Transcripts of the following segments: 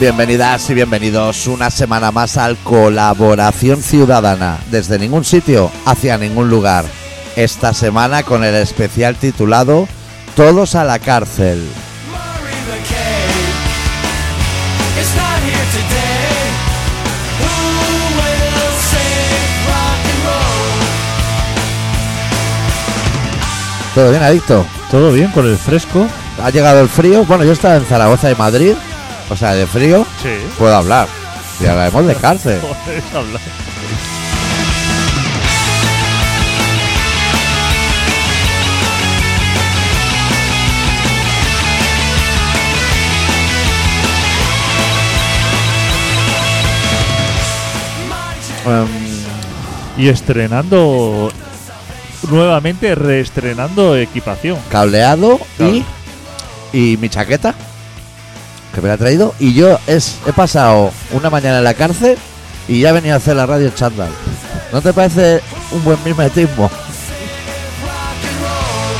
Bienvenidas y bienvenidos una semana más al Colaboración Ciudadana, desde ningún sitio hacia ningún lugar. Esta semana con el especial titulado Todos a la cárcel. Murray McKay is not here today. Who will save rock and roll? ¿Todo bien, adicto? Todo bien con el fresco. ¿Ha llegado el frío? Bueno, yo estaba en Zaragoza y Madrid, o sea, de frío Sí. puedo hablar. Y hablaremos de cárcel. hablar. Em, Y estrenando nuevamente, reestrenando equipación. cableado Cable. y, y mi chaqueta que me la ha traído y yo es he pasado una mañana en la cárcel y ya he venido a hacer la radio en chándal. ¿No te parece un buen mimetismo? Rock and roll.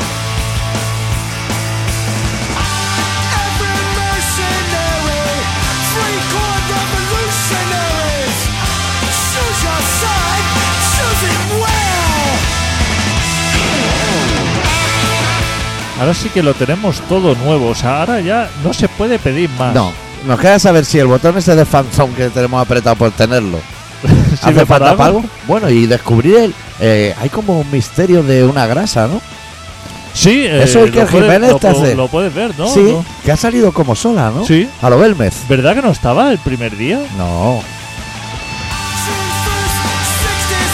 Every mercenary, free corn revolutionaries. Choose your side, choose it well. Ahora sí que lo tenemos todo nuevo. O sea, ahora ya no se puede pedir más. No. Nos queda saber si el botón ese de fanzone que tenemos apretado por tenerlo. ¿Sirve para algo? Bueno, y descubrir el. eh, hay como un misterio de una grasa, ¿no? Sí, eh, Eso es que lo, puedes, Jiménez lo te pu- hace. lo puedes ver, ¿no? sí, ¿No? que ha salido como sola, ¿no? Sí. A lo Belmez. ¿Verdad que no estaba el primer día? No. June 1st, 67.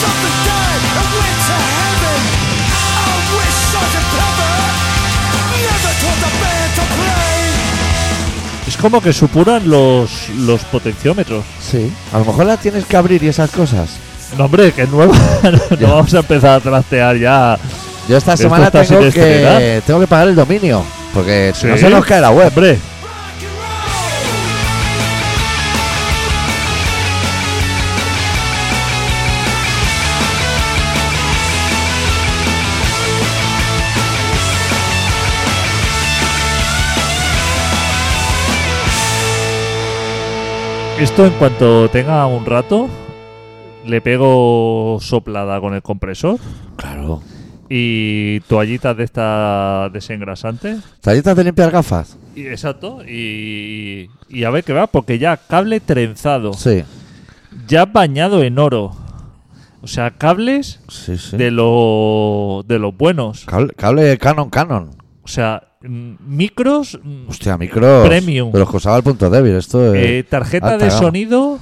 Something died and went to heaven. I wish Sergeant Pepper never told the band to play. Es como que supuran los, los potenciómetros. Sí. A lo mejor la tienes que abrir y esas cosas. No, hombre, que es nueva. no Ya. vamos a empezar a trastear ya. Yo esta Esto semana está sin tengo que, estrenar. tengo que pagar el dominio, porque si no Sí. se nos cae la web. Hombre, Rock and roll. Esto en cuanto tenga un rato, le pego soplada con el compresor Claro. y toallitas de esta desengrasante. ¿Tallitas de limpiar gafas? Y- exacto. Y, y a ver qué va, porque ya cable trenzado, Sí. ya bañado en oro. O sea, cables Sí, sí. de, lo, de los buenos. Cable, cable Canon, Canon. O sea, mm, micros, mm, Hostia, micro. Premium. De los que usaba el punto débil. Esto es- eh, tarjeta alta de gama. sonido.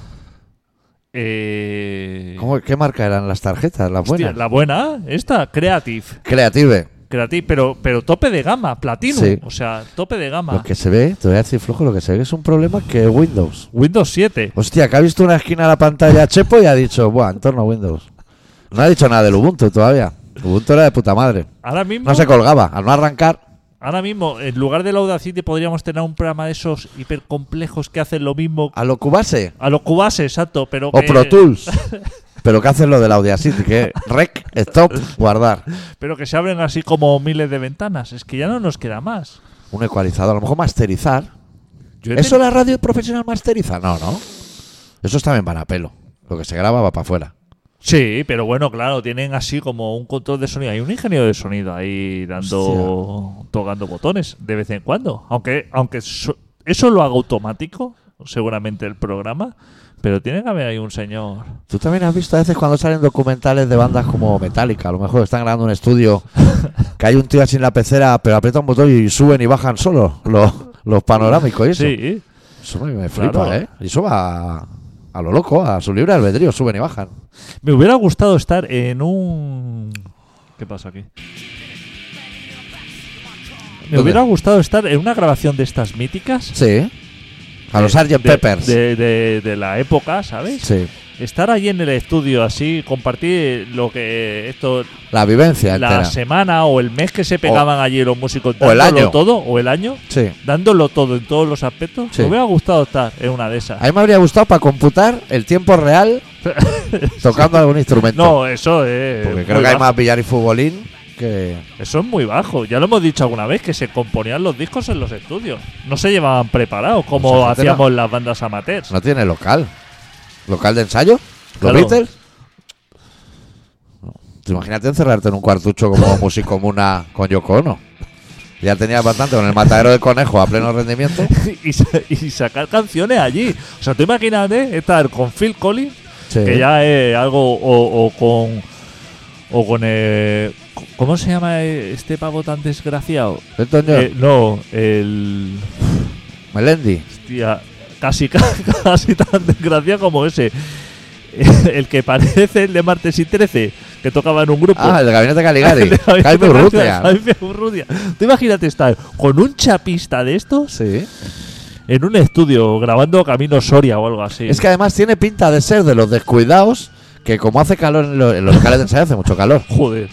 eh, ¿Cómo- ¿Qué marca eran las tarjetas? Las hostia, buenas. la buena, esta, Creative. Creative. Creative, pero, pero tope de gama, platino. Sí. O sea, tope de gama. Lo que se ve, te voy a decir flojo, lo que se ve es un problema que es Windows. Windows 7. Hostia, que ha visto una esquina de la pantalla Chepo y ha dicho, buah, entorno Windows. No ha dicho nada del Ubuntu todavía. Ubuntu era de puta madre. Ahora mismo, No se colgaba. Al no arrancar, ahora mismo, en lugar del Audacity podríamos tener un programa de esos hipercomplejos que hacen lo mismo a lo cubase. a los cubase, exacto, pero Ah. O que- Pro Tools. Pero que hacen lo del Audacity, que rec, stop, guardar. pero que se abren así como miles de ventanas. Es que ya no nos queda más. Un ecualizador, a lo mejor masterizar. Yo he ¿Eso teni- la radio profesional masteriza? No, no. Eso también van a pelo. Lo que se graba va para afuera. Sí, pero bueno, claro, tienen así como un control de sonido. Hay un ingeniero de sonido ahí dando, tocando botones de vez en cuando. Aunque, aunque so- eso lo haga automático, seguramente el programa, pero tiene que haber ahí un señor. Tú también has visto a veces cuando salen documentales de bandas como Metallica. A lo mejor están grabando un estudio que hay un tío así en la pecera, pero aprieta un botón y suben y bajan solo los, los panorámicos. y eso. Sí, Eso me, me flipa, Claro. ¿eh? Y eso va a, a lo loco, a su libre albedrío. Suben y bajan. me hubiera gustado estar en un... ¿Qué pasa aquí? Me ¿Dónde? hubiera gustado estar en una grabación de estas míticas. Sí. A los de- ¿Eh? Sgt. de- Peppers. De, de- de la época, ¿sabes? Sí. Estar allí en el estudio, así, compartir lo que esto, La vivencia la entera. semana o el mes que se pegaban allí los músicos o el dándolo año. todo o el año Sí. dándolo todo en todos los aspectos Sí. me hubiera gustado estar en una de esas A mí me habría gustado para computar el tiempo real tocando algún instrumento. no eso es porque muy creo que hay bajo. más billar y futbolín que. Eso es muy bajo. Ya lo hemos dicho alguna vez que se componían los discos en los estudios. No se llevaban preparados como Mucha gente hacíamos las bandas amateurs. No tiene local. ¿Local de ensayo? ¿Los Claro. Beatles? No. Tú Imagínate encerrarte en un cuartucho como musicomuna con Yoko Ono. Ya tenías bastante con el matadero de conejo a pleno rendimiento. y, sa- y sacar canciones allí. O sea, tú imagínate estar con Phil Collins, Sí. que ya es algo, o, o con. O con. eh, ¿Cómo se llama eh, este pavo tan desgraciado? Elton John, Eh, no, el. Melendi. Hostia, casi, ca- casi tan desgraciado como ese. El que parece el de martes y 13, que tocaba en un grupo. Ah, el de Gabinete Caligari. El de Javier Jaime Urrutia. Fernández, Jaime Urrutia. Tú imagínate estar con un chapista de estos Sí. en un estudio grabando Camino Soria o algo así. Es que además tiene pinta de ser de los descuidados que como hace calor en los, en los locales de ensayo, hace mucho calor, Joder.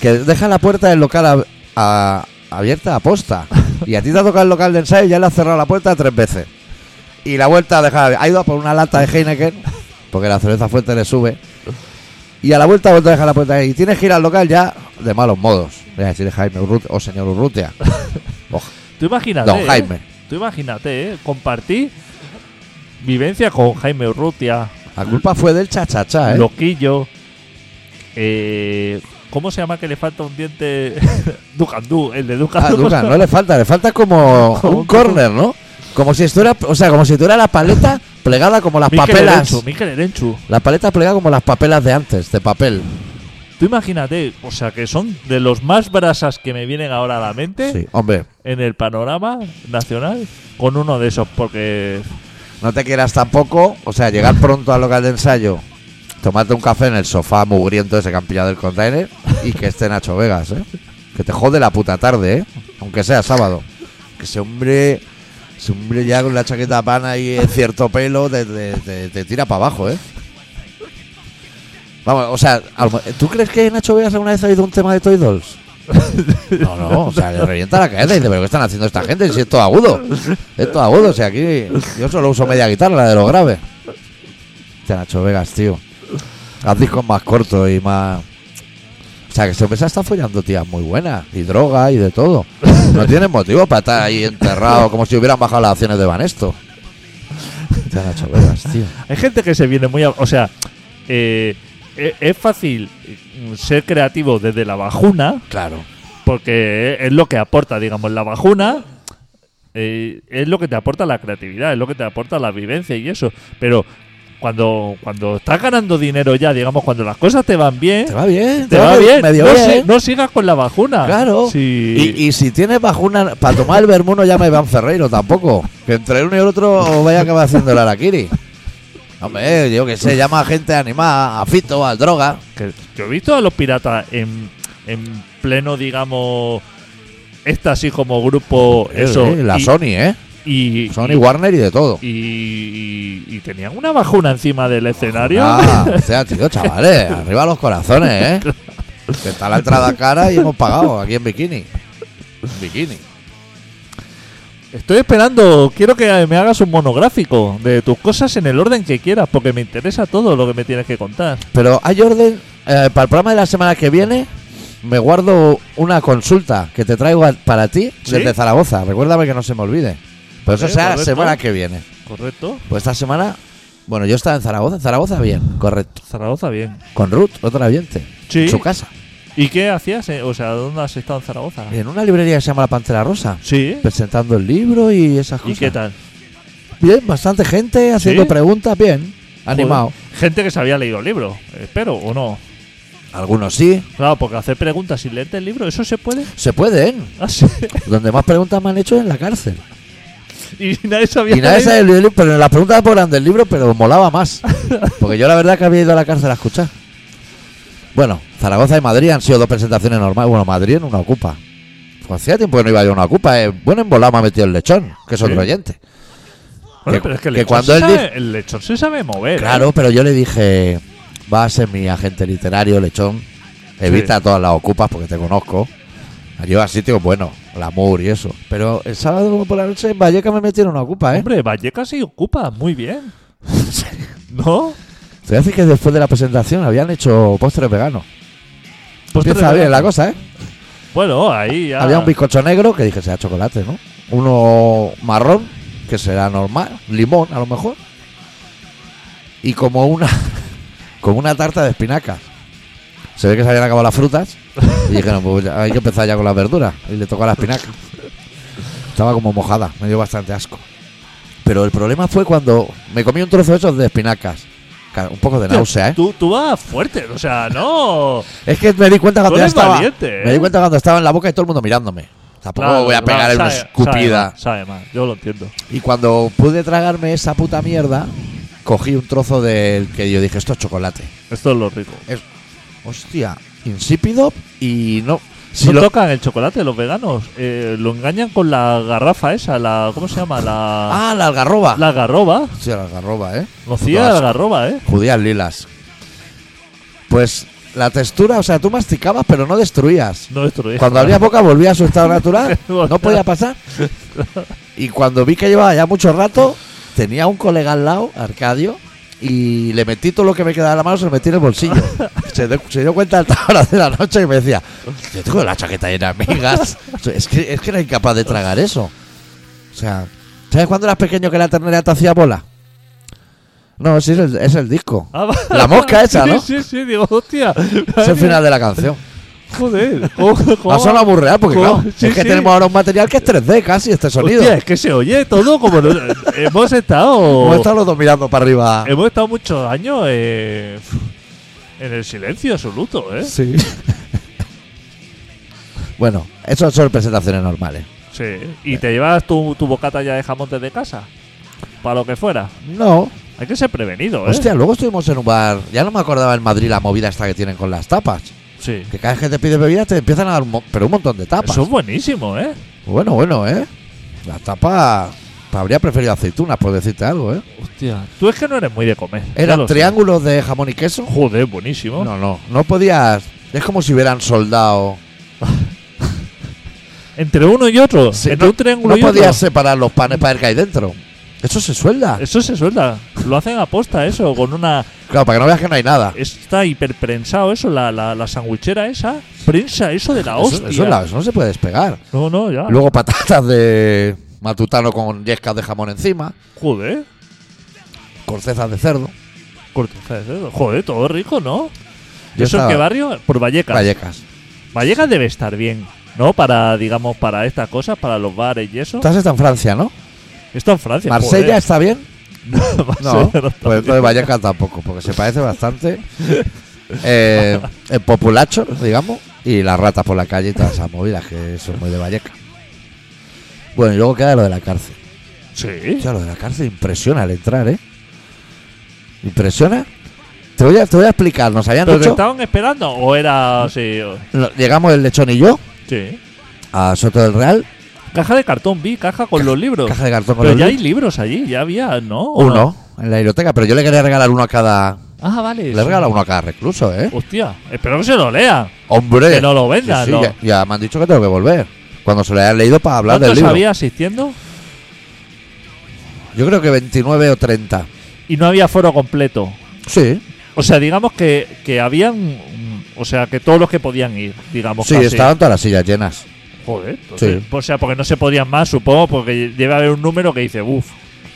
que deja la puerta del local ab- a- abierta a posta. Y a ti te ha tocado el local de ensayo y ya le has cerrado la puerta tres veces. Y la vuelta ha dejado, ha ido a por una lata de Heineken, porque la cerveza fuerte le sube. Y a la vuelta ha vuelto a dejar la puerta ahí. Y tienes que ir al local ya de malos modos. Voy a decir Jaime Urrutia o oh, señor Urrutia. Tú imagínate. Don ¿eh? Jaime. Tú imagínate, ¿eh? Compartí vivencia con Jaime Urrutia, La culpa fue del chachacha, ¿eh? Loquillo. eh, ¿Cómo se llama que le falta un diente? Ducandú, el de Ah, Ducandú. Duca, no le falta, le falta como Como un un corner, ¿no? Como si estuviera, o sea, como si tuviera la paleta plegada como las Mikel papelas. Erenchu, Mikel Erenchu. La paleta plegada como las papelas de antes, de papel. Tú imagínate, o sea, que son de los más brasas que me vienen ahora a la mente Sí, hombre, en el panorama nacional con uno de esos, porque no te quieras tampoco, o sea, llegar pronto al local de ensayo, tomarte un café en el sofá mugriento ese que han pillado del container y que esté Nacho Vegas, ¿eh? Que te jode la puta tarde, ¿eh? Aunque sea sábado. Que ese hombre, ese hombre ya con la chaqueta pana y el cierto pelo te, te- te- te tira para abajo, ¿eh? Vamos, o sea, a lo mo- ¿tú crees que Nacho Vegas alguna vez ha oído un tema de Toy Dolls? No, no, o sea, le revienta la cabeza y dice, pero ¿qué están haciendo esta gente? Si es todo agudo. Es todo agudo, o sea, aquí yo solo uso media guitarra, la de los graves. Te Nacho Vegas, tío. Haz discos más cortos y más... O sea, que se empieza a estar follando tías muy buenas, y droga y de todo. No tienen motivo para estar ahí enterrado como si hubieran bajado las acciones de Banesto. Te Nacho Vegas, tío. hay gente que se viene muy... a- o sea, eh, e- es fácil mm, ser creativo desde la bajuna, Claro. porque es lo que aporta, digamos, la bajuna. eh, es lo que te aporta la creatividad, es lo que te aporta la vivencia y eso. Pero cuando, cuando estás ganando dinero ya, digamos, cuando las cosas te van bien, Te va bien, Te va bien, medio no, bien. si- no sigas con la vacuna. Claro. Sí. Y, y si tienes bajuna para tomar el vermuno, llama a Iván Ferreiro tampoco. Que entre uno y el otro vaya a acabar haciendo el araquiri. Hombre, yo que sé, llama a gente animada, a Fito, al droga. Que yo he visto a los piratas en, en pleno, digamos, esta así como grupo, eso. Eh, eh, la y, Sony, ¿eh? y, Sony y- Warner y de todo. y, y- y tenían una vacuna encima del escenario. Ah, o sea, tío, chavales, arriba los corazones, ¿eh? Que está la entrada cara y hemos pagado aquí en bikini. En bikini. Estoy esperando, quiero que me hagas un monográfico de tus cosas en el orden que quieras, porque me interesa todo lo que me tienes que contar. Pero hay orden. eh, para el programa de la semana que viene, me guardo una consulta que te traigo a- para ti ¿Sí? desde Zaragoza. Recuérdame que no se me olvide. Pero eso Vale, será la correcto. semana que viene. ¿Correcto? Pues esta semana, bueno, yo estaba en Zaragoza. En Zaragoza, bien, correcto. Zaragoza, bien. Con Ruth, otra oyente. Sí. En su casa. ¿Y qué hacías? eh? O sea, ¿dónde has estado en Zaragoza? En una librería que se llama La Pantera Rosa. Sí. Presentando el libro y esas ¿Y cosas. qué tal? Bien, bastante gente haciendo ¿Sí? preguntas, bien. Animado. Joder, Gente que se había leído el libro, espero, o no. Algunos sí. Claro, porque hacer preguntas sin leerte el libro, ¿eso se puede? Se pueden. Ah, sí. Donde más preguntas me han hecho es en la cárcel. Y nadie sabía Y nada, leer. esa del libro, pero las preguntas por eran del libro, pero molaba más. Porque yo la verdad que había ido a la cárcel a escuchar. Bueno, Zaragoza y Madrid han sido dos presentaciones normales. Bueno, Madrid en una ocupa. Pues hacía tiempo que no iba yo a una ocupa. eh. Bueno, en volada me ha metido el lechón, que es Sí. otro oyente. Bueno, que- pero es que, el que lechón cuando se él dice- sabe- el lechón se sabe mover. ¿eh? Claro, pero yo le dije, va a ser mi agente literario, lechón. Evita todas las ocupas porque te conozco. Lleva sitios buenos, la MUR y eso. Pero el sábado por la noche en Valleca me metieron una ocupa, ¿eh? Hombre, Vallecas sí ocupa muy bien. ¿No? Te voy a decir que después de la presentación habían hecho postres veganos. Pues Empieza bien la cosa, ¿eh? Bueno, ahí ya. Había un bizcocho negro que dije será chocolate, ¿no? Uno marrón, que será normal, limón a lo mejor. Y como una como una tarta de espinacas. Se ve que se habían acabado las frutas y dijeron, pues ya hay que empezar ya con las verduras. Y le tocó a la espinaca. Estaba como mojada, me dio bastante asco. Pero el problema fue cuando me comí un trozo de esos de espinacas. Claro, Un poco de náusea, ¿eh? Tú, tú vas fuerte, o sea, no. Es que me di cuenta cuando ya eres estaba. valiente, ¿eh? Me di cuenta cuando estaba en la boca y todo el mundo mirándome. Tampoco Claro, voy a pegar claro, en una sabe- escupida. Sabe mal, sabe mal, yo lo entiendo. Y cuando pude tragarme esa puta mierda, cogí un trozo del que yo dije, esto es chocolate. Esto es lo rico. Hostia, insípido y no. Si no lo- tocan el chocolate los veganos. Eh, lo engañan con la garrafa esa, la. ¿Cómo se llama? La. Ah, la algarroba. La garroba. Hostia, la algarroba, ¿eh? Conocía Puto la asco. garroba, ¿eh? Judías lilas. Pues la textura, o sea, tú masticabas pero no destruías. No destruye. Cuando abrías boca volvía a su estado natural, no podía pasar. Y cuando vi que llevaba ya mucho rato, tenía un colega al lado, Arcadio, y le metí todo lo que me quedaba en la mano, se lo metí en el bolsillo. Se, de- se dio cuenta a altas horas de la noche y me decía, yo tengo la chaqueta llena de migas. Es que, es que era incapaz de tragar eso. O sea, ¿sabes cuando eras pequeño que la ternera te hacía bola? No, sí, es el, es el disco. Ah, va. La mosca esa, ¿no? Sí, sí, sí, digo, hostia. Es el final de la canción. Joder, ¿cómo, cómo Ha sonado muy real, porque ¿Cómo? claro, Sí, es que sí. tenemos ahora un material que es 3D casi, este Hostia, sonido. es que se oye todo como no- hemos estado ¿Cómo están los dos mirando para arriba? hemos estado muchos años eh, en el silencio absoluto, ¿eh? Sí. bueno, eso son presentaciones normales. Sí. Y te llevas tu, tu bocata ya de jamón desde casa, para lo que fuera. No. Hay que ser prevenido, ¿eh? Hostia, luego estuvimos en un bar. Ya no me acordaba en Madrid la movida esta que tienen con las tapas. Sí. Que cada vez que te pides bebidas te empiezan a dar un, mo- pero un montón de tapas. Eso es buenísimo, ¿eh? Bueno, bueno, ¿eh? Las tapas. Habría preferido aceitunas, por decirte algo, ¿eh? Hostia. Tú es que no eres muy de comer. ya Eran lo sé. triángulos de jamón y queso. Joder, buenísimo. No, no. No podías. Es como si hubieran soldado. Entre uno y otro. Sí, entre un triángulo No y otro. podías separar los panes para ver qué hay dentro. Eso se suelda. Eso se suelta. Lo hacen aposta, eso, con una. Claro, para que no veas que no hay Eh, nada. Está hiperprensado eso, la, la, la sandwichera esa. Prensa eso de la Eso- hostia. eso es la- eso no se puede despegar. No, no, ya. Luego patatas de matutano con yescas de jamón encima, Joder. cortezas de cerdo, Corteza de cerdo. Joder, todo rico, ¿no? Yo ¿Eso en estaba- qué barrio? Por Vallecas. gallecas. Vallecas debe estar bien, ¿no? Para, digamos, para estas cosas, para los bares y eso. Estás está en Francia, ¿no? Está en Francia. ¿Marsella está bien? joder. No, Marsella está pues entonces bien. Vallecas tampoco, porque se parece bastante. Eh, el populacho, digamos, y las ratas por la calle y todas esas movidas, que eso es muy de Vallecas. Bueno, y luego queda lo de la cárcel. Sí. Ya, lo de la cárcel impresiona al entrar, ¿eh? ¿Impresiona? Te voy a, te voy a explicar, nos habían ¿Pero te dicho... estaban esperando o era sí, o- no, Llegamos el lechón y yo sí. a Soto del Real, Caja de cartón, vi, caja con los libros. caja de cartón con Pero los ya libros. hay libros allí, ya había, ¿no? ¿O no? Uno en la biblioteca, pero yo le quería regalar uno a cada. Ah, vale. Le he regalado uno a cada recluso, ¿eh? Hostia, espero que se lo lea. ¡Hombre! que no lo vendan, Sí, no. Ya, ya me han dicho que tengo que volver. Cuando se lo hayan leído para hablar del ¿Cuántos libro. había asistiendo? Yo creo que 29 o 30. Y no había foro completo. Sí, O sea, digamos que, que habían. mm, O sea, que todos los que podían ir, digamos. sí, casi. estaban todas las sillas llenas. Joder. entonces, Sí. O sea, porque no se podían más, supongo, porque debe haber un número que dice, uff,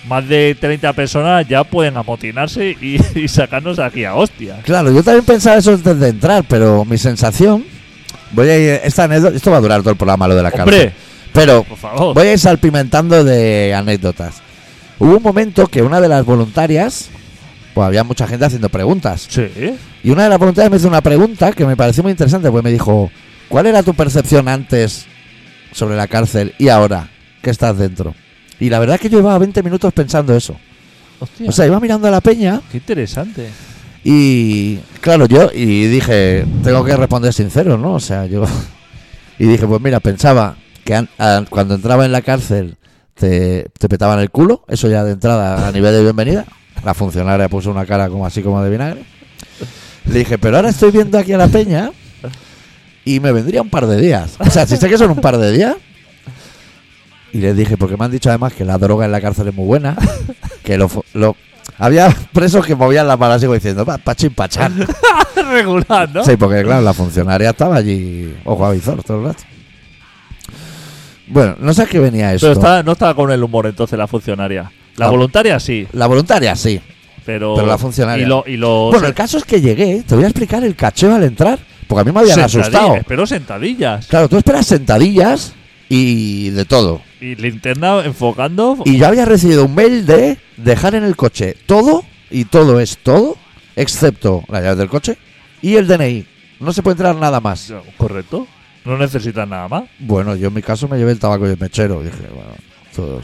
más de 30 personas ya pueden amotinarse y, y sacarnos aquí a hostia. Claro, yo también pensaba eso antes de entrar, pero mi sensación. Voy a ir. Esta anécdota- esto va a durar todo el programa, lo de la cárcel. Hombre, Pero por favor. Voy a ir salpimentando de anécdotas. Hubo un momento que una de las voluntarias, pues había mucha gente haciendo preguntas. Sí. Y una de las voluntarias me hizo una pregunta que me pareció muy interesante, pues me dijo, ¿cuál era tu percepción antes sobre la cárcel y ahora que estás dentro? Y la verdad es que yo llevaba 20 minutos pensando eso. Hostia. O sea, iba mirando a la peña qué interesante. y, claro, yo y dije, tengo que responder sincero, ¿no? O sea, yo... Y dije, pues mira, pensaba que an- a- cuando entraba en la cárcel te, te petaban el culo, eso ya de entrada a nivel de bienvenida. La funcionaria puso una cara como así como de vinagre. Le dije, pero ahora estoy viendo aquí a la peña y me vendría un par de días. O sea, si sé que son un par de días. Y les dije, porque me han dicho además que la droga en la cárcel es muy buena, que lo... fu- lo- había presos que movían la mano así como diciendo, pa, pachín, pachán. regular, ¿no? Sí, porque claro, la funcionaria estaba allí, ojo a visor, todo el rato. Bueno, no sé a qué venía esto. Pero estaba- no estaba con el humor entonces la funcionaria. La Ah. voluntaria sí, La voluntaria, sí. pero. Pero la funcionaria. Y, lo, y los. bueno, el caso es que llegué, te voy a explicar el cacheo al entrar, porque a mí me habían sentadillas, asustado. Pero sentadillas. Claro, tú esperas sentadillas y de todo. Y linterna enfocando. Y yo había recibido un mail de dejar en el coche todo, y todo es todo, excepto la llave del coche y el DNI. No se puede entrar nada más. Correcto. No necesitas nada más. Bueno, yo en mi caso me llevé el tabaco y el mechero. Dije, bueno, esto,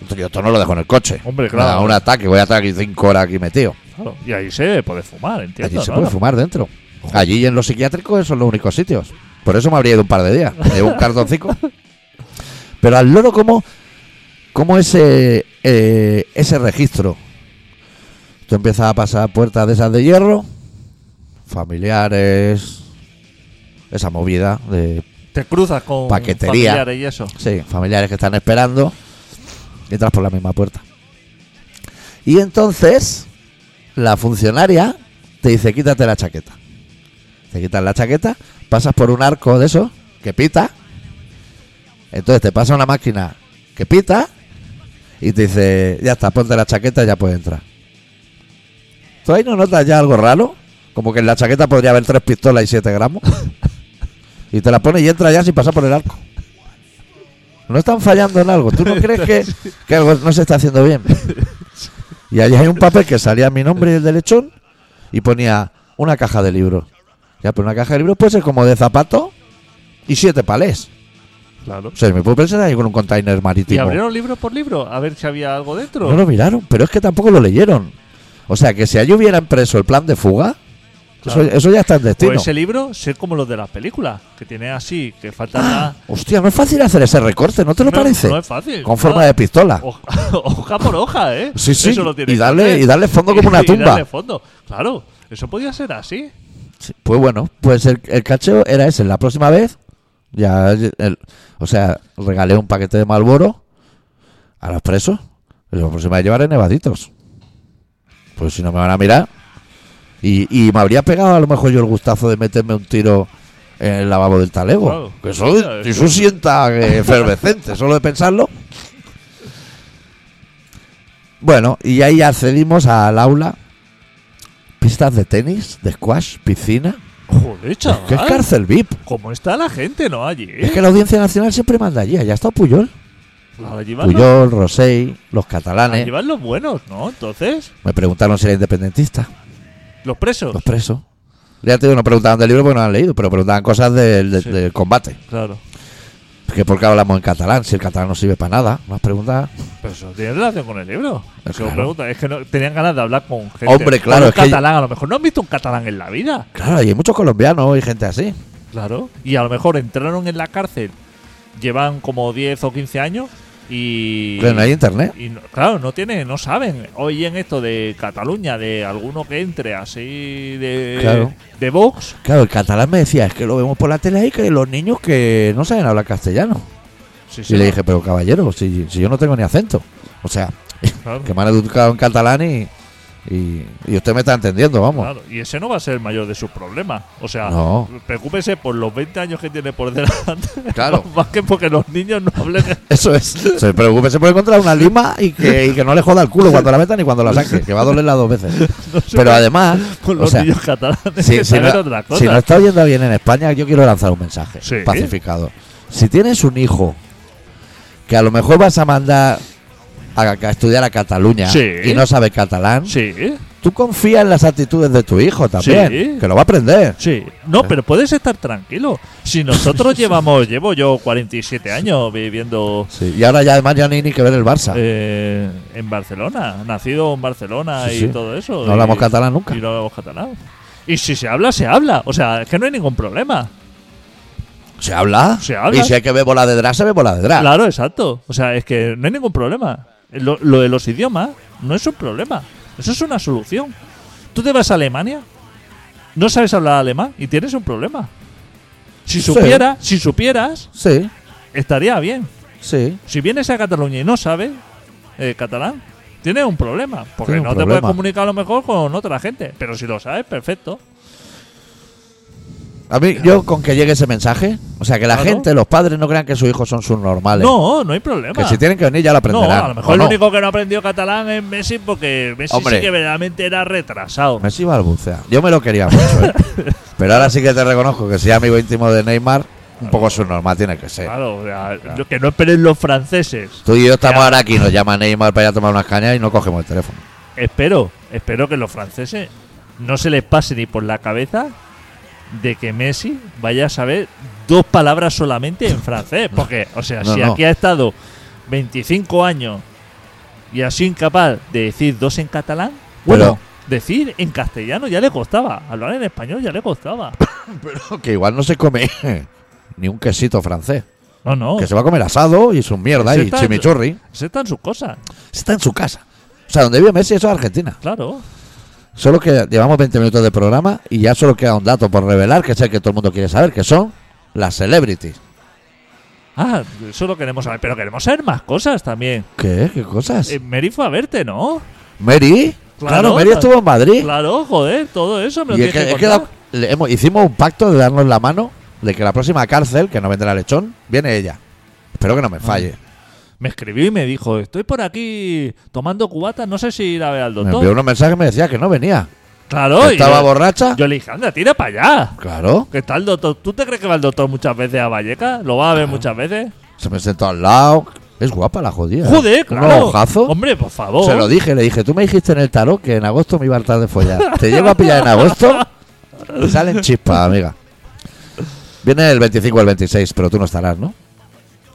esto- yo esto no lo dejo en el coche. Hombre, Me da claro. un ataque, voy a estar aquí cinco horas aquí metido. Claro. Y ahí se puede fumar, entiendo. Allí se ¿no? puede fumar dentro. Allí y en los psiquiátricos son los únicos sitios. Por eso me habría ido un par de días. Me llevo un cartoncito. Pero al loro, ¿cómo, cómo ese, eh, ese registro? Tú empiezas a pasar puertas de esas de hierro, familiares, esa movida de Te cruzas con Paquetería. familiares y eso. Sí, familiares que están esperando. Y entras por la misma puerta. Y entonces, la funcionaria te dice, quítate la chaqueta. Te quitas la chaqueta, pasas por un arco de eso, que pita. Entonces te pasa una máquina que pita y te dice, ya está, ponte la chaqueta y ya puedes entrar. ¿Tú ahí no notas ya algo raro? Como que en la chaqueta podría haber tres pistolas y siete gramos. y te la pones y entras ya sin pasar por el arco. No están fallando en algo. ¿Tú no crees que, que algo no se está haciendo bien? Y allí hay un papel que salía mi nombre y el de lechón y ponía una caja de libros. Ya, pero una caja de libros puede ser como de zapato y siete palés. Claro. O sea, me puedo pensar ahí con un container Y marítimo. abrieron libro por libro a ver si había algo dentro. No lo miraron, pero es que tampoco lo leyeron. O sea, que si allí hubieran preso el plan de fuga, Claro. Pues eso, eso ya está en o destino. ese libro ser como los de las películas, que tiene así, que falta nada. Hostia, no es fácil hacer ese recorte, Ah, ¿no te lo No, parece? No es fácil. con forma nada. de pistola. Hoja, hoja por hoja, ¿eh? Sí, sí, Eso lo tiene y que darle- hacer. y darle fondo como una Y darle tumba. fondo. Claro, eso podía ser así. Sí, Pues bueno, pues el, el cacheo era ese. La próxima vez, ya, el- o sea, regalé un paquete de Malboro a los presos. y La próxima vez llevaré nevaditos. Pues si no me van a mirar. Y, y me habría pegado a lo mejor yo el gustazo de meterme un tiro en el lavabo del talego. Claro. Que eso, eso sienta eh, efervescente, solo de pensarlo. Bueno, y ahí accedimos al aula. Pistas de tenis, de squash, piscina. Joder, chaval. ¿Qué es cárcel VIP? ¿Cómo está la gente, no? Allí. Es que la Audiencia Nacional siempre manda allí. Allá está Puyol. Allí van los- Puyol, Rosell, los allí catalanes. van los buenos, ¿no? Entonces, Me preguntaron si era independentista. los presos. Los presos. Ya te digo, no preguntaban del libro porque no lo han leído, pero preguntaban cosas del, del- Sí. del combate. Claro. Que por qué hablamos en catalán, si el catalán no sirve para nada. Más preguntas. Pero eso tiene relación con el libro. Eh, Se lo claro. pregunta. Es que no, tenían ganas de hablar con gente. Hombre, claro, Con un es que- catalán, a lo mejor no han visto un catalán en la vida. Claro, y hay muchos colombianos y gente así. Claro. Y a lo mejor entraron en la cárcel, llevan como 10 o 15 años y. Pero no hay internet. y no- claro, no tienen, no saben. Hoy en esto de Cataluña, de alguno que entre así de, Claro. de Vox, Claro, el catalán me decía, es que lo vemos por la tele ahí, que los niños que no saben hablar castellano. sí, sí, Y le dije, pero caballero, si, si yo no tengo ni acento. O sea, claro, que me han educado en catalán y, y, y usted me está entendiendo, vamos. claro. Y ese no va a ser el mayor de sus problemas. O sea, No. preocúpese por los 20 años que tiene por delante. Claro. Más que porque los niños no hablen. Eso es. Se preocupe, se puede encontrar una lima y que, y que no le joda el culo cuando la metan y cuando la saque, que va a dolerla dos veces. Pero además, Con o los sea, niños catalanes si, si que saben no, otras si no cosas. está oyendo bien en España, yo quiero lanzar un mensaje Sí. pacificado. Si tienes un hijo que a lo mejor vas a mandar a, a estudiar a Cataluña Sí. y no sabe catalán, Sí, tú confía en las actitudes de tu hijo también, Sí. que lo va a aprender. sí. No, pero puedes estar tranquilo. Si nosotros llevamos, llevo yo 47 años viviendo Sí, Y ahora ya además ya no hay ni que ver el Barça. eh, en Barcelona, nacido en Barcelona Sí, y sí. todo eso. No hablamos y- catalán nunca. Y no hablamos catalán. Y si se habla, se habla. O sea, es que no hay ningún problema. Se habla. Se habla. Y si hay que ver bola de drag, se ve bola de drag. Claro, exacto. O sea, es que no hay ningún problema. Lo, lo de los idiomas no es un problema. Eso es una solución. Tú te vas a Alemania, no sabes hablar alemán y tienes un problema. Si Sí. supieras, si supieras, Sí, estaría bien. sí. Si vienes a Cataluña y no sabes eh, catalán, tienes un problema. Porque Tienes un no te puedes problema. comunicar a lo mejor con otra gente. Pero si lo sabes, perfecto. A mí, yo con que llegue ese mensaje, o sea, que la Claro. gente, los padres, no crean que sus hijos son sus normales. No, no hay problema. Que si tienen que venir ya lo no, aprenderán. a lo ¿o mejor el no? único que no aprendió catalán es Messi porque Messi Hombre. sí que verdaderamente era retrasado. Messi balbucea. Yo me lo quería mucho, ¿eh? Pero ahora sí que te reconozco que si amigo íntimo de Neymar, un poco su normal tiene que ser. Claro, o sea, que no esperen los franceses. Tú y yo estamos ahora aquí, nos llama Neymar para ir a tomar unas cañas y no cogemos el teléfono. Espero, espero que los franceses no se les pase ni por la cabeza de que Messi vaya a saber dos palabras solamente en francés. Porque, o sea, No, si no. aquí ha estado 25 años y así incapaz de decir dos en catalán, bueno, decir en castellano ya le costaba, hablar en español ya le costaba. Pero que igual no se come ni un quesito francés. No, no, Que se va a comer asado y sus mierda Ese y está- chimichurri. aceptan sus cosas, Está en su casa. O sea, donde vive Messi, eso es Argentina. claro. Solo que llevamos 20 minutos de programa y ya solo queda un dato por revelar, que es el que todo el mundo quiere saber, que son las celebrities. Ah, eso lo queremos saber, pero queremos saber más cosas también. ¿Qué? ¿Qué cosas? Eh, Mary fue a verte, ¿no? ¿Mary? Claro, Claro, Mary claro. estuvo en Madrid. Claro, joder, todo eso me lo Y es tienes que, que es que contar. la- le hemos- hicimos un pacto de darnos la mano de que la próxima cárcel, que no vendrá lechón, viene ella. Espero que no Ah, me falle. Me escribió y me dijo, estoy por aquí tomando cubatas, no sé si ir a ver al me envió doctor. unos mensajes y me decía que no venía. Claro, Que y estaba yo- borracha. Yo le dije, anda, tira para allá. Claro. ¿Qué tal, doctor? ¿Tú te crees que va el doctor muchas veces a Valleca? ¿Lo va a ver muchas veces? Se me sentó al lado. Es guapa la jodida. Joder, Un claro. ojazo. Hombre, por favor. Se lo dije, le dije, tú me dijiste en el tarot que en agosto me iba a hartar de follar. Te llevo a pillar en agosto. te Salen chispas, amiga. Viene el 25 o el 26, pero tú no estarás, ¿no?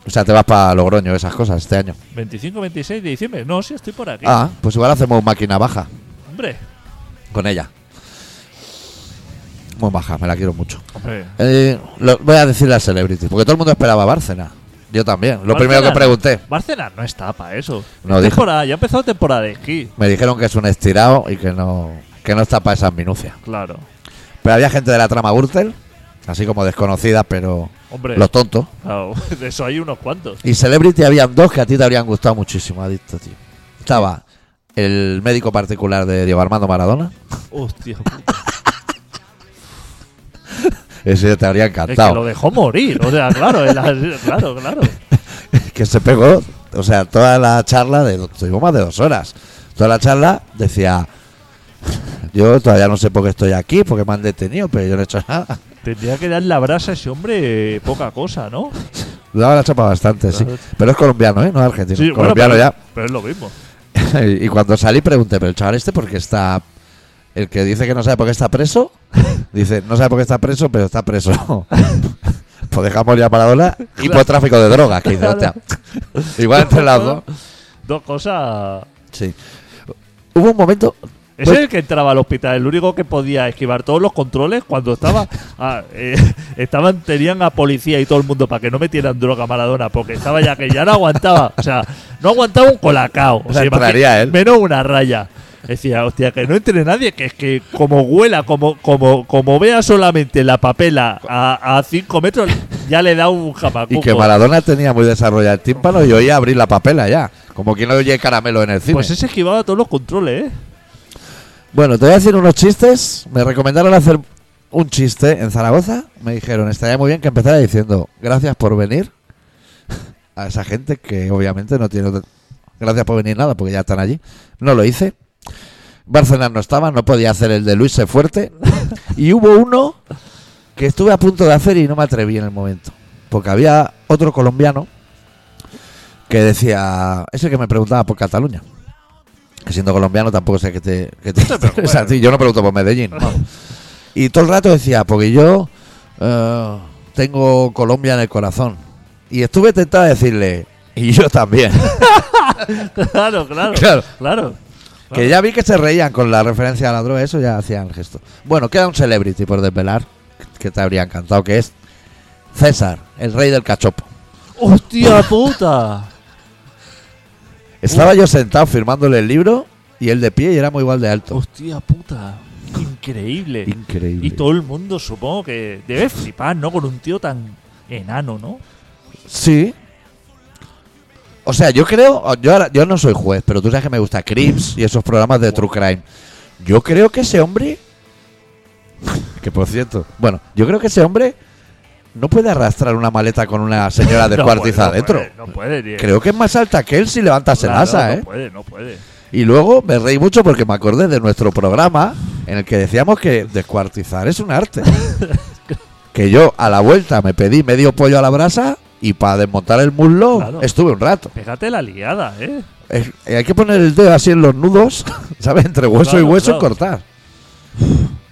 O sea, te vas para Logroño, esas cosas, este año. 25, 26 de diciembre. No, sí, estoy por aquí. Ah, pues igual hacemos un máquina baja Hombre. con ella. Muy baja, me la quiero mucho. Hombre. Eh, lo- voy a decir las celebrities, porque todo el mundo esperaba Bárcena. Yo también. Lo primero que Barcelona- pregunté. Barcelona no está para eso. No, dijo- temporada, ya empezó la temporada de esquí. Me dijeron que es un estirado y que no, que no está para esas minucias. Claro. Pero había gente de la trama Gürtel, así como desconocida, pero Hombre. los tontos. Claro, de eso hay unos cuantos. Y Celebrity habían dos que a ti te habrían gustado muchísimo, adicto, tío. Estaba el médico particular de Diego Armando Maradona. Hostia. Ese te habría Es que lo encantado. dejó morir. O sea, claro, el- claro, claro. que, se pegó, o sea, toda la charla, de, tuvimos más de dos horas. Toda la charla decía, yo todavía no sé por qué estoy aquí, porque me han detenido, pero yo no he hecho nada. Tendría que dar la brasa a ese hombre eh, poca cosa, ¿no? Le daba la chapa bastante, sí. Pero es colombiano, ¿eh? No es argentino. bueno, colombiano pero, ya. pero es lo mismo. y cuando salí pregunté, pero el chaval este porque está... El que dice que no sabe por qué está preso, dice, no sabe por qué está preso, pero está preso. pues dejamos ya Maradona y por tráfico de drogas, que dice, hostia. Igual entre las dos. Dos cosas. Sí. Hubo un momento... Ese Pues- es el que entraba al hospital, el único que podía esquivar todos los controles cuando estaba. ah, eh, estaban Tenían a policía y todo el mundo para que no metieran droga a Maradona, porque estaba ya que ya no aguantaba. O sea, no aguantaba un colacao. O O sea, sea, entraría imagi- él. Menos una raya. Decía, hostia, que no entre nadie, que es que como huela, como, como, como vea solamente la papela a, a cinco metros, ya le da un jamacuco. Y que Maradona tenía muy desarrollado el tímpano y oía abrir la papela ya. Como quien no oye caramelo en el cine. Pues ese esquivaba todos los controles, ¿eh? Bueno, te voy a decir unos chistes. Me recomendaron hacer un chiste en Zaragoza. Me dijeron, estaría muy bien que empezara diciendo gracias por venir a esa gente que obviamente no tiene... otra- Gracias por venir nada, porque ya están allí. No lo hice. Barcelona no estaba, no podía hacer el de Luis Fuerte. Y hubo uno que estuve a punto de hacer y no me atreví en el momento. Porque había otro colombiano que decía... Ese que me preguntaba por Cataluña. Que siendo colombiano tampoco sé que te, que te No te preocupes. interesa a ti. Yo no pregunto por Medellín. vamos. Y todo el rato decía, porque yo eh, tengo Colombia en el corazón. Y estuve tentado a decirle, y yo también. Claro, claro. Claro. Claro. que ya vi que se reían con la referencia a la droga, eso ya hacían el gesto. Bueno, queda un celebrity por desvelar, que te habría encantado, que es César, el rey del cachopo. ¡Hostia puta! Estaba yo sentado firmándole el libro y él de pie y era muy igual de alto. Hostia puta, increíble. Increíble. Eh, Y todo el mundo supongo que debe flipar, ¿no? Con un tío tan enano, ¿no? Sí. O sea, yo creo, yo, ahora- yo no soy juez, pero tú sabes que me gusta Crips y esos programas de True Crime. Yo creo que ese hombre Que por cierto, bueno, yo creo que ese hombre no puede arrastrar una maleta con una señora descuartizada puede, dentro. No puede, no puede, Creo que es más alta que él si levantase el Claro, asa, ¿eh? No puede, no puede. Y luego me reí mucho porque me acordé de nuestro programa en el que decíamos que descuartizar es un arte. que yo a la vuelta me pedí medio pollo a la brasa y para desmontar el muslo Claro. estuve un rato. Pégate la liada, ¿eh? Es- eh, hay que poner el dedo así en los nudos, ¿sabes? Entre hueso Claro, y hueso claro. y cortar.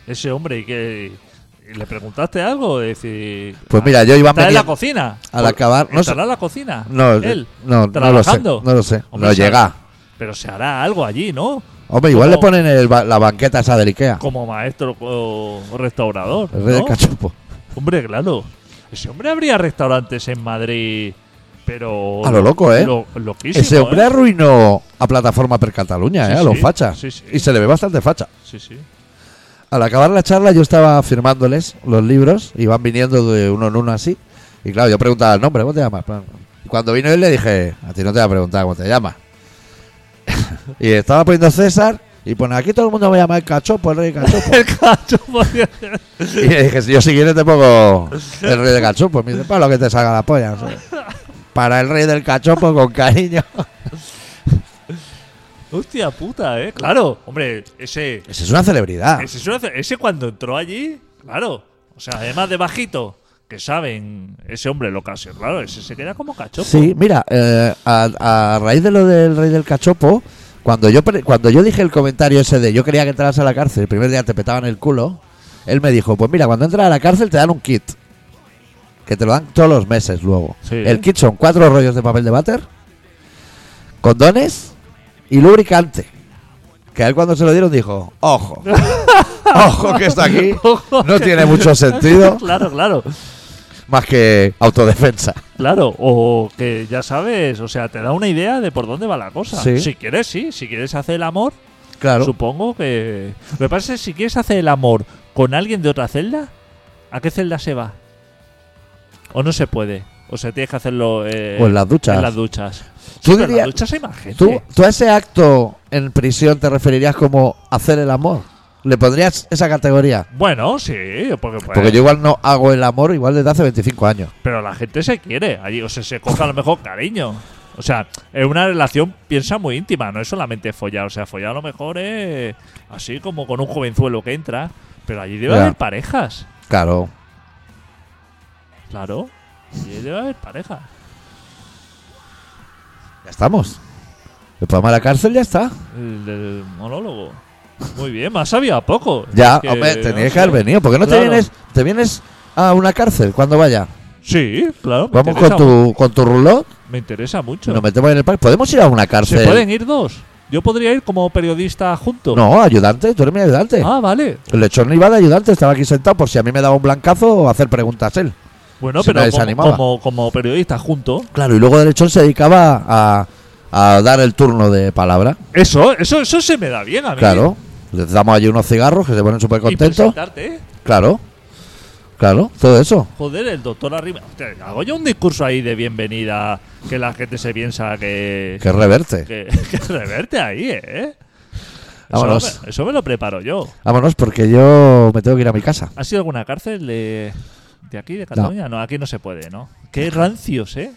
Ese hombre y que... y ¿Le preguntaste algo? Es decir, Pues mira, yo iba ¿Está en media- la cocina? Pues, al acabar- no sé. ¿Estará en la cocina? No, eh, Él. no, no lo sé. trabajando. No lo sé. Hombre, no se- llega. Pero se hará algo allí, ¿no? Hombre, igual Como- le ponen el ba- la banqueta esa del Ikea. Como maestro o restaurador. El rey del ¿no? cachopo. Hombre, claro. Ese hombre habría restaurantes en Madrid, pero. A lo loco, ¿eh? Lo, loquísimo, Ese hombre ¿eh? arruinó a Plataforma per Cataluña, Sí, ¿eh? A los sí. fachas. Sí, sí. Y se le ve bastante facha. Sí, sí. Al acabar la charla yo estaba firmándoles los libros, iban viniendo de uno en uno así, y claro, yo preguntaba el nombre, ¿cómo te llamas? Y cuando vino él le dije, a ti no te voy a preguntar cómo te llamas. y estaba poniendo César, y pone, aquí todo el mundo me llama el cachopo, el rey cachopo. El cachopo. y le dije, si yo si quieres te pongo el rey del cachopo. Me dice, para lo que te salga la polla. no sé". Para el rey del cachopo, con cariño. Hostia puta, ¿eh? Claro. Hombre, ese. Esa es una celebridad. Ese, es una- ese cuando entró allí, claro. O sea, además de bajito, que saben, ese hombre lo casi, claro, ese se queda como cachopo. Sí, mira, eh, a, a raíz de lo del rey del cachopo, cuando yo pre- cuando yo dije el comentario ese de yo quería que entras a la cárcel, el primer día te petaban el culo, él me dijo, pues mira, cuando entras a la cárcel te dan un kit, que te lo dan todos los meses luego. Sí. El kit son cuatro rollos de papel de váter, condones y lubricante. Que a él cuando se lo dieron dijo, ojo, ojo que está aquí, Ojo no que- tiene mucho sentido claro, claro. más que autodefensa. Claro, o que ya sabes, o sea, te da una idea de por dónde va la cosa. Sí. Si quieres, sí, si quieres hacer el amor, Claro. supongo que... Lo que pasa es que si quieres hacer el amor con alguien de otra celda, ¿a qué celda se va? O no se puede, o sea, tienes que hacerlo O eh, en Pues las duchas. En las duchas. Tú Sí, pero en dirías- las duchas hay más gente. ¿Tú, tú a ese acto en prisión te referirías como hacer el amor? ¿Le pondrías esa categoría? Bueno, sí, porque, pues, Porque yo igual no hago el amor igual desde hace 25 años. Pero la gente se quiere allí, o sea, se coge a lo mejor cariño. O sea, es una relación, piensa, muy íntima, no es solamente follar. O sea, follar a lo mejor es así como con un jovenzuelo que entra. Pero allí debe Ya. haber parejas, Claro. claro. Allí debe haber parejas. Ya estamos. El programa de la cárcel ya está. El, del monólogo. Muy bien, más sabía poco. Ya, Es que, hombre, no tenías sé. que haber venido. ¿Por qué no te Claro. Pues vienes? Te vienes a una cárcel cuando vaya. Sí, claro. Me Vamos interesa, con tu, con tu rulot, Me interesa mucho. nos metemos en el parque. ¿Podemos ir a una cárcel? ¿Se pueden ir dos? Yo podría ir como periodista junto. No, ayudante, tú eres mi ayudante. Ah, vale. El lechón iba de ayudante, estaba aquí sentado por si a mí me daba un blancazo o hacer preguntas él. Bueno, Si pero nadie se como, animaba. como, como periodista junto. Claro, y luego de lechón se dedicaba a, a dar el turno de palabra. Eso, eso, eso se me da bien a mí. Claro. Les damos allí unos cigarros que se ponen súper Y contentos. presentarte, ¿eh? Claro. Claro, todo eso. Joder, el doctor arriba. Hostia, hago yo un discurso ahí de bienvenida que la gente se piensa que. Que reverte. que, que reverte ahí, ¿eh? Eso, Vámonos. me- eso me lo preparo yo. Vámonos porque yo me tengo que ir a mi casa. ¿Ha sido alguna cárcel de, de aquí, de Cataluña? No. aquí no se puede, ¿no? Qué rancios, ¿eh?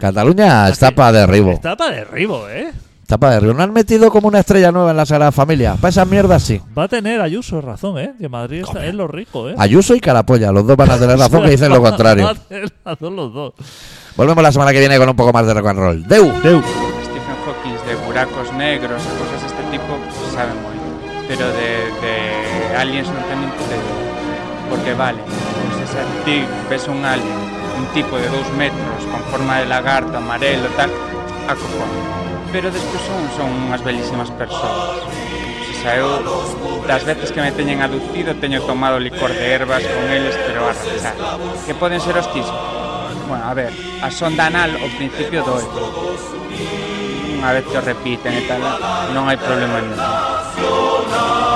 Cataluña está Aquí- para derribo. Ah, Está para derribo, ¿eh? Está para derribo. No han metido como una estrella nueva en la Sagrada Familia. Para esas mierdas sí. Va a tener Ayuso razón, ¿eh? Que Madrid está- es lo rico, ¿eh? Ayuso y Carapolla, los dos van a tener razón que dicen lo Va a contrario. tener razón los dos. Volvemos la semana que viene con un poco más de rock and roll. ¡Deu! Deu. Stephen Hawking de buracos negros y cosas de este tipo saben muy bien. Pero de, de aliens no tienen puta idea. Porque vale, pues ese ti ves un alien, un tipo de dos metros con forma de lagarto, amarelo, tal, a cojón. Pero despois son, son unhas belísimas persoas. Se saeu das veces que me teñen aducido teño tomado licor de ervas con eles pero a rachar. Que poden ser hostis? Bueno, a ver, a sonda anal ao principio doe, unha vez que o repiten e tal, non hai problema nenhum.